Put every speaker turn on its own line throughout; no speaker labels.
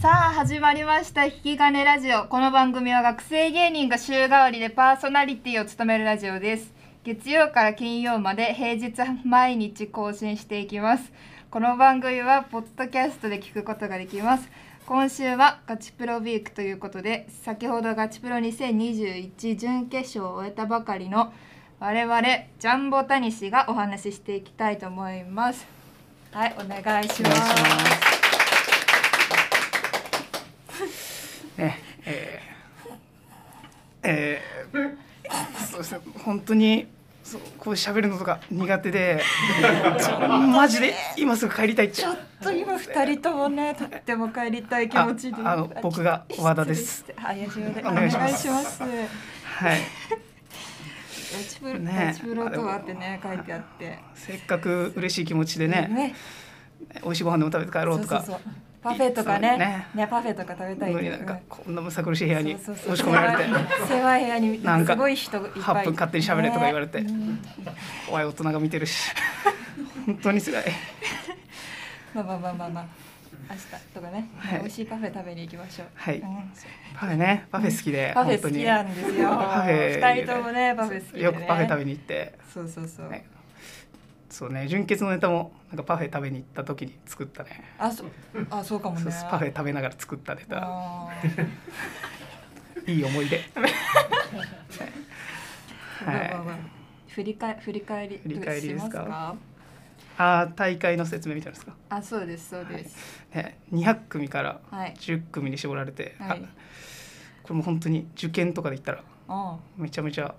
さあ始まりました「引き金ラジオ」この番組は学生芸人が週替わりでパーソナリティを務めるラジオです月曜から金曜まで平日毎日更新していきますこの番組はポッドキャストで聞くことができます今週はガチプロウィークということで先ほどガチプロ2021準決勝を終えたばかりの我々ジャンボタニシがお話ししていきたいと思いますはいお願いします
ねえー、えーそうですね本当にそうこう喋るのとか苦手でちょマジで今すぐ帰りたいって
ちょっと今二人ともねとっても帰りたい気持ちで
ああの僕が和田です
失礼してあ吉田です
お
お
願
願
い
い
し
し
ま
ますす
はい
ガチプロ、
ね
ガチプロとはってね書いてあって
せっかく嬉しい気持ちでね美味しいご飯でも食べて帰ろうとか
そうそうそうパフェとかね
ね
ねパフェとか食べたい
の
け
に
ど
なんか
ね
こんなむさ苦しい部屋に
そうそうそう
押し込められて
狭い部屋に
なんか
すごい人がいっぱい
8分勝手に喋れとか言われて
ねうん
怖い大人が見てるし本当に辛い
まあまあまあまあまあ明日とかね、
はい
美味しいパフェ食べに行きましょう
はい
うん
パフェねパフェ好きで
パフ
本
ェ
当
好き
に
なんですよ
パフェ
二人ともねパフェ好きでね
よくパフェ食べに行って
そうそうそう、
ねそうね純潔のネタもなんかパフェ食べに行った時に作ったね
あそうあそうかもね
そうパフェ食べながら作ったネタ
あー
いい思い出はい
まあまあまあ振り返振り返り
振り返りですか
しま
あー大会の説明みたいですか、
あそうですそうです
ね、200組から
はい
10組に絞られて、
はい
あこれも本当に受験とかで言ったら
あ
めちゃめちゃ、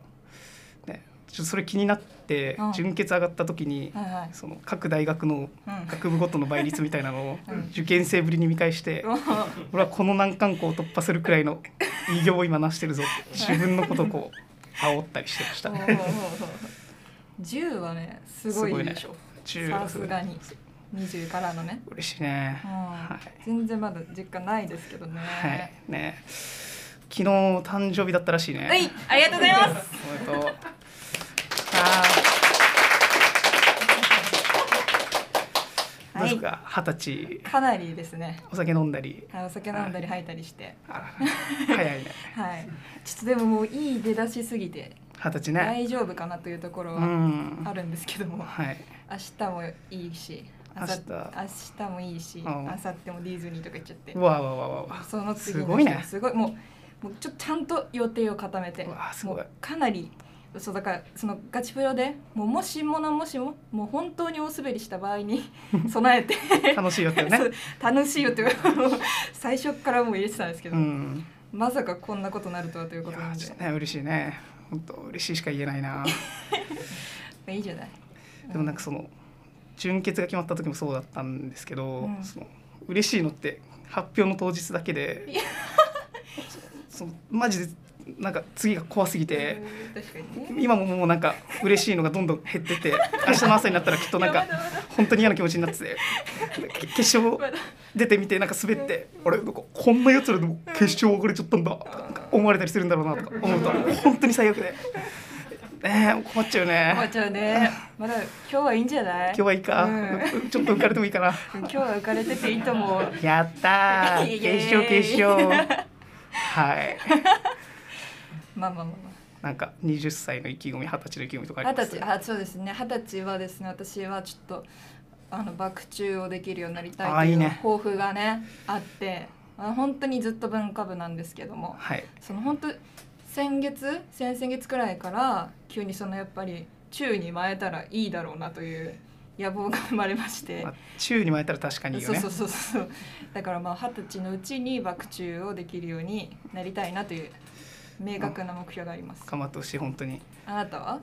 ね、ちょっとそれ気になって、
うん
純潔上がった時に、
はいはい
その各大学の
うん
学部ごとの倍率みたいなのを
うん
受験生ぶりに見返して、
もう
俺はこの難関校を突破するくらいの偉業を今なしてるぞって自分のことをこう煽ったりしてました
もうもうもう十はねすごいでしょ
10
さすがに二十からのね、
嬉しいね、
うん
はい、
全然まだ実家ないですけどね
はい、ね昨日誕生日だったらしいね
はいありがとうございます
おめでとうあーどうですか二十歳
かなりですね
お酒飲んだり
はいお酒飲んだり吐いたりして
あら早いね
はいちょっとでももういい出だしすぎて
二十歳ね
大丈夫かなというところ
う
は
ん
あるんですけども、
はい
明日もいいし
明日
明日もいいし、
うん
明後日もディズニーとか行っちゃって
うわうわうわうわうわ
その次
す
の日
ごいね
すごいもうもうちょっとちゃんと予定を固めて
うわすごい
もうかなりそうだからそのガチプロでもうもしものもしももう本当に大滑りした場合に備えて
楽しいよってね
そう楽しいよってもう最初からもう入れてたんですけど、
うん
まさかこんなことになるとはという
い
こ
や
となん
ー
で
ちょっとね嬉しいね本当嬉しいしか言えな いな
いいじゃない
でもなんかその純潔が決まった時もそうだったんですけど、
うん
その嬉しいのって発表の当日だけで そそのマジでなんか次が怖すぎて
うん確かにね
今ももうなんか嬉しいのがどんどん減ってて明日の朝になったらきっとなんか
いやまだまだ
本当に嫌な気持ちになってて け決勝出てみてなんか滑って「あれなんかこんなやつらでも決勝分かれちゃったんだ」とかなんか思われたりするんだろうなとか思うと本当に最悪で。ねえ困っちゃうね。
まあちゃんね、まだ今日はいいんじゃない。
今日はいいか、
うん
ちょっと浮かれてもいいかな。
今日は浮かれてていいと思 う。
やった
イエ
ー
イ
決勝決勝はい
まあまあま
なんか20歳の意気込み二十歳の意気込みとか
あ
あ
まあ。
りま
二
す
十歳、あ、そうですね。二十歳はですね、私はちょっと。あの爆中をできるようになりた
あ
い
い
と
い
いう
ね
抱負がね、あって。あ本当にずっと文化部なんですけども。
はい
その本当。先月、先々月くらいから、急にそのやっぱり。宙に舞えたらいいだろうなという。野望が生まれまして。
まあ、宙に巻いたら確かにいいよ
そう
ね
そうそうそうだからまあ二十歳のうちに爆中をできるようになりたいなという明確な目標があります、
頑張ってほしい本当に
あなたは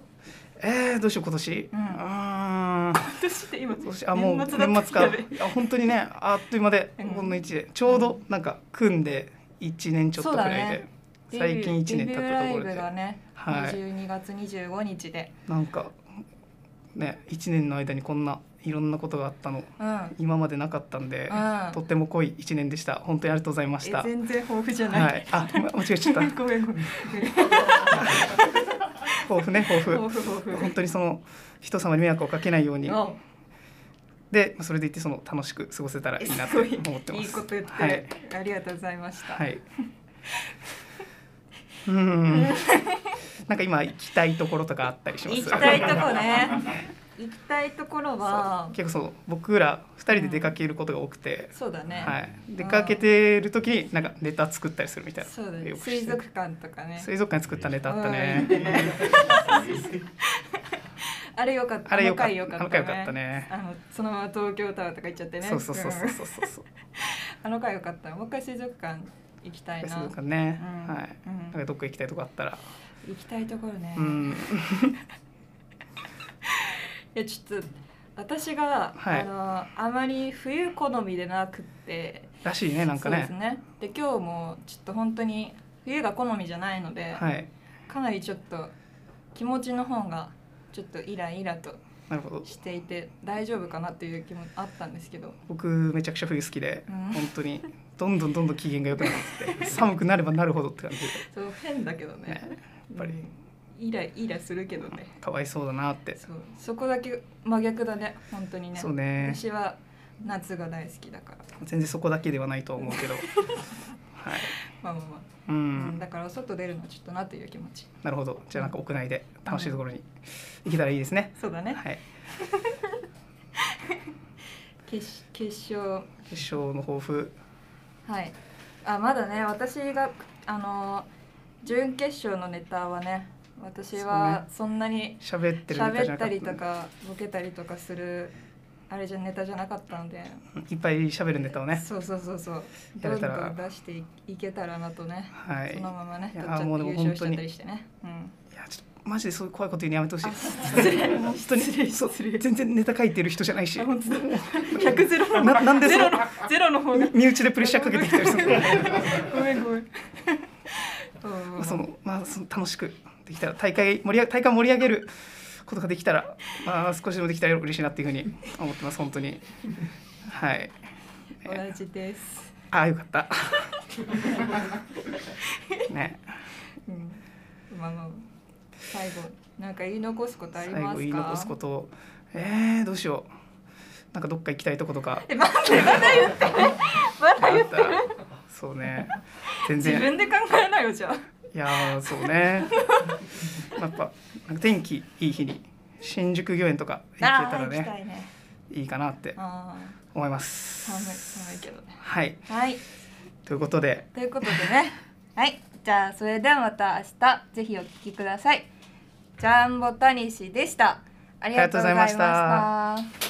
えー、どうしよう今年
うん
ーん
私って今
今年あもう年末か
やべ
いや本当にねあっという間で
うん
この一年ちょうどなんか組んで一年ちょっとくらいで、
デビュー
最近一年経ったところ
デビューライ
で
ブがね、
はい
22月25日で
なんかね一年の間にこんないろんなことがあったの
うん
今までなかったんで、
うん
とっても濃い一年でした本当にありがとうございまし
え
た
全然豊富じゃない、
はい、あ、ま間違えちゃった
ごめんごめん
抱負ね抱負
豊富豊
本当にその人様に迷惑をかけないように
富
で、まあ、それでいてその楽しく過ごせたらいいなと
すごい
思ってます
いいこと言って、
はい、
ありがとうございました、
はい、うーんなんか今行きたいところとかあったりします
行きたいとこね行きたいところは
結構その僕ら2人で出かけることが多くて、
そうだね、
はい、出かけてる時になんかネタ作ったりするみたいな
そうだね
よくして
水族館とかね
水族館作ったネタあった
うんいいね
ね
あれよかった
あれよかった
の回
あの回よかったね
あのそのまま東京タワーとか行っちゃってね
そうそうそうそううんそうそう
あの回よかったもう一回水族館行きたい
水
な
族館ね、
うん
はい、
うん
なんかどっか行きたいとこあったら
行きたいところね、
う
い
ん
やちょっと私が、
はい
あのあまり冬好みでなくって
らしいねなんかね
そうですねで今日もちょっと本当に冬が好みじゃないので、
はい
かなりちょっと気持ちの方がちょっとイライラと
なるほど
していて大丈夫かなっていう気もあったんですけど
僕めちゃくちゃ冬好きで、
うん
本当にどんどんどんどん機嫌が良くなってって寒くなればなるほどって感じで
そう変だけどね
ねやっぱり
うんイライラするけどね
かわいそうだなって
そうそこだけ真逆だね本当にね
そうね
私は夏が大好きだから
全然そこだけで はないとは思うけどはい
まあまあまあ、
う
うん
ん
だから外出るのはちょっとなという気持ち
なるほどじゃあなんか屋内で楽しいところに行けたらいいですね、
そうだね、
はい
決決勝
決勝の抱負
はいあまだね私があの準決勝のネタはね私はそんなに
喋ってるネタじ
喋っ
ゃなか
た
った
りとかボケたりとかするあれじゃネタじゃなかったので、
いっぱい喋るネタをね
そうそうそうそうど
やれ
んど
たら
ん出していいけたらなとね
はいい
そのままね、
いや
取
ー
っちゃって
もうで
優
も
勝しちゃった
本当
り
に
してね。うん。
やちょっとマジでそういう怖いこと言うのやめてほしい
あ、失礼。
本当にそう全然ネタ書いてる人じゃないし
あ本当百ゼロ。
ななんでそ
ゼ
の
ロのゼロの方が。
身内でプレッシャーかけてきたりするの
ごめんごめん。う
ま
ん
あそのまあその楽しくできたら大会盛り上大会盛り上げることができたらまあ少しでもできたら嬉しいなっていうふうに思ってます本当にはい
同じです。
ああよかった ね
うん。まあまあ最後なんか言い残すことあり
最
ますか。
後言い残すことをえー、どうしようなんかどっか行きたいとこ とか
え待ってまだ言ってる。まだ言ってる。
そうね全
自
然
分で考えないよじゃあ。
いやーそうねやっぱなんか天気いい日に新宿御苑とか行け
あ
た
ー
ら
行きた
ね
いね。
いいかなって
あ
思いま
あ寒い寒
す
いけどね。
はい
はい。
ということで
ということで ねはいじゃあそれではまた明日ぜひお聞きくださいジャンボタニシでしたありがとうございま
ありがとうございま
した